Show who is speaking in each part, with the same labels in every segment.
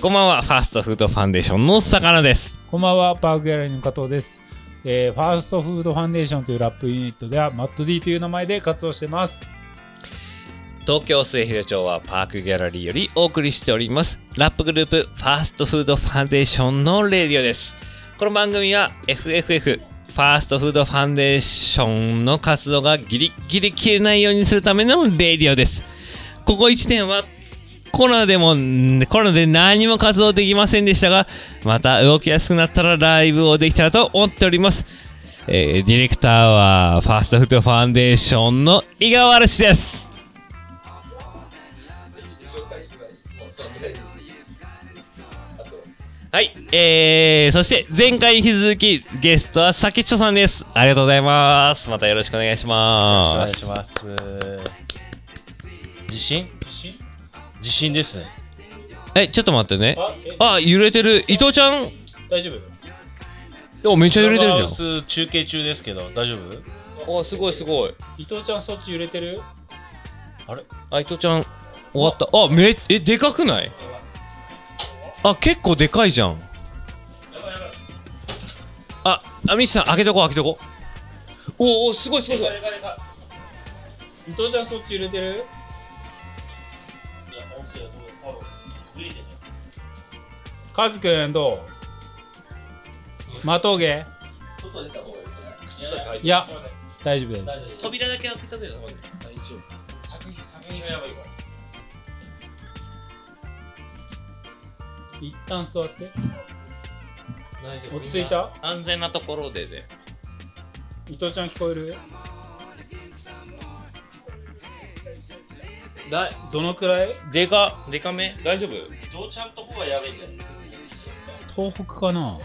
Speaker 1: こんばんは、ファーストフードファンデーションの魚です。
Speaker 2: こんばんは、パークギャラリーの加藤です、えーファーストフードファンデーションというラップユニットでは、マット D という名前で活動してます。
Speaker 1: 東京末広町はパークギャラリーよりお送りしております。ラップグループ、ファーストフードファンデーションのレディオです。この番組は FFF、ファーストフードファンデーションの活動がギリギリ切れないようにするためのレディオです。ここ1年はコロナでも、んコロナで何も活動できませんでしたが、また動きやすくなったらライブをできたらと思っております。えーディレクターは、ファーストフードファンデーションの井川原氏です。はい、えー、そして前回に引き続きゲストはさきっちょさんです。ありがとうございます。またよろしくお願いし
Speaker 3: お
Speaker 1: ま
Speaker 3: 願い
Speaker 1: す。
Speaker 3: します。地震
Speaker 2: 地震
Speaker 3: 地震ですね。
Speaker 1: え、ちょっと待ってね。
Speaker 2: あ、え、
Speaker 1: あ、揺れてる。伊藤ちゃん、
Speaker 2: 大丈夫
Speaker 1: おめっちゃ揺れて
Speaker 3: クラブ
Speaker 1: る
Speaker 3: ハウ
Speaker 1: じ
Speaker 3: ス中継中ですけど、大丈夫
Speaker 1: ゃん。あ、すごいすごい。
Speaker 2: 伊藤ちゃん、そっち揺れてる
Speaker 1: あ、伊藤ちゃん、終わった。あ、め、え、でかくないあ、結構でかいじゃん。あ、あ、ミシさん、開けとこう、開けとこう。おーおー、すごいすごいすごい。
Speaker 2: 伊藤ちゃん、そっち揺れてるカズくん、どうまとうげいや、大丈夫だよ。
Speaker 1: 扉だけ開けとけよ。
Speaker 2: 一旦座って。落ち着いた
Speaker 1: 安全なところでね。
Speaker 2: 伊藤ちゃん、聞こえる
Speaker 1: だ
Speaker 2: どのくらい
Speaker 1: でか、でかめ大丈夫
Speaker 3: どうちゃんとこはやべえじゃん。
Speaker 2: 東北かな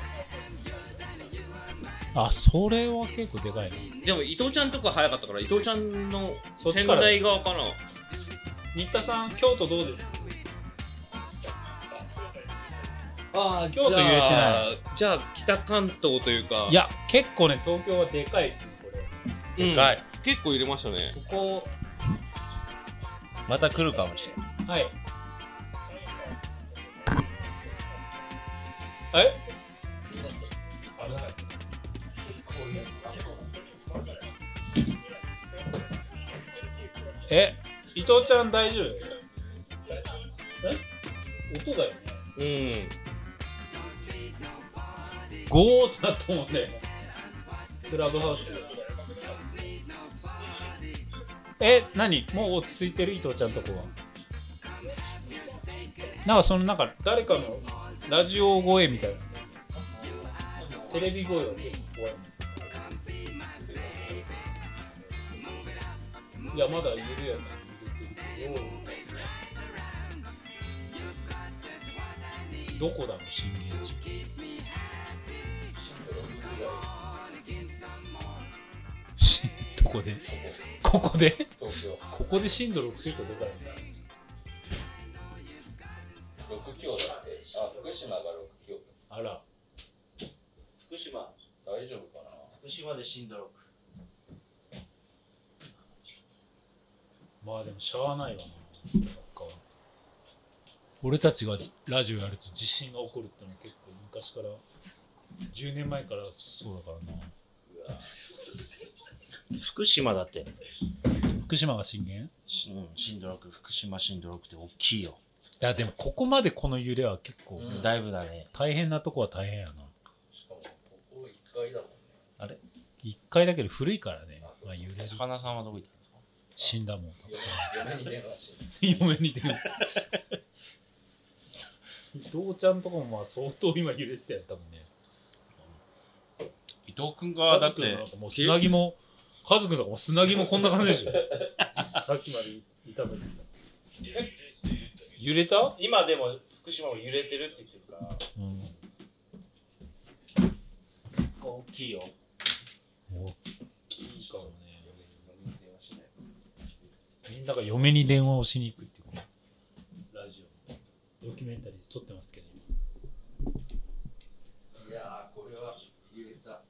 Speaker 2: あ、それは結構でかいね。
Speaker 1: でも伊藤ちゃんとこ早かったから、伊藤ちゃんの
Speaker 2: そっち
Speaker 1: 仙
Speaker 2: から
Speaker 1: 台側かな。
Speaker 2: 新田さん、京都どうです
Speaker 1: ああ、
Speaker 2: 京都揺れてない
Speaker 1: い。じゃあ、北関東というか、
Speaker 2: いや、結構ね、東京はでかいですね、これ。
Speaker 1: うん、
Speaker 3: でかい
Speaker 1: 結構揺れましたね。
Speaker 2: こ
Speaker 3: また来るかもしれない。
Speaker 2: こ、はい。ええ、伊藤ちゃん大丈夫え音だよね。
Speaker 1: うん。
Speaker 2: ゴーってなったもんね。クラブハウスで。え、何もう落ち着いてる伊藤ちゃんとこは。なんかそのなんか誰かのラジオ声みたいな。テレビ声が結構怖い。いや、まだ言えるやん。どこだろう、震源地。しどこでここでここで震度6結構出たんだ
Speaker 4: 六強だって。あ、福島が六強。
Speaker 2: あら
Speaker 3: 福島、
Speaker 4: 大丈夫かな。
Speaker 3: 福島で震度6。
Speaker 2: まあでもしゃあないわななんか俺たちがラジオやると地震が起こるってのは結構昔から10年前からそうだからな
Speaker 3: 福島だって。
Speaker 2: 福島が震源
Speaker 3: うん、震度6、福島震度6って大きいよ。
Speaker 2: いやでもここまでこの揺れは結構
Speaker 4: うん
Speaker 3: だいぶだね。
Speaker 2: 大変なとこは大変やな
Speaker 4: しかも、ここ一階だもんね。
Speaker 2: 1回だけど古いからね、まあ、揺れる
Speaker 3: 魚さんはどこ行ったんですか
Speaker 2: 死んだもんたくさん
Speaker 4: 嫁に電話して。
Speaker 2: 嫁に電話伊藤ちゃんとかもまあ相当今揺れてたやったもんね
Speaker 3: 伊藤君が、だっ
Speaker 2: カズ君な
Speaker 3: て
Speaker 2: ん、かもう砂肝もカズ君とかもう砂肝もこんな感じでしょさっきまでいたのに揺れた、
Speaker 3: 今でも福島も揺れてるって言ってるか
Speaker 2: う
Speaker 3: ら、
Speaker 2: ん、
Speaker 3: 大きいよ。
Speaker 2: 大きいかもね
Speaker 4: 嫁に電話しない。
Speaker 2: みんなが嫁に電話をしに行くっていうこのラジオドキュメンタリーで撮ってますけど今
Speaker 4: いやー、これは揺れた。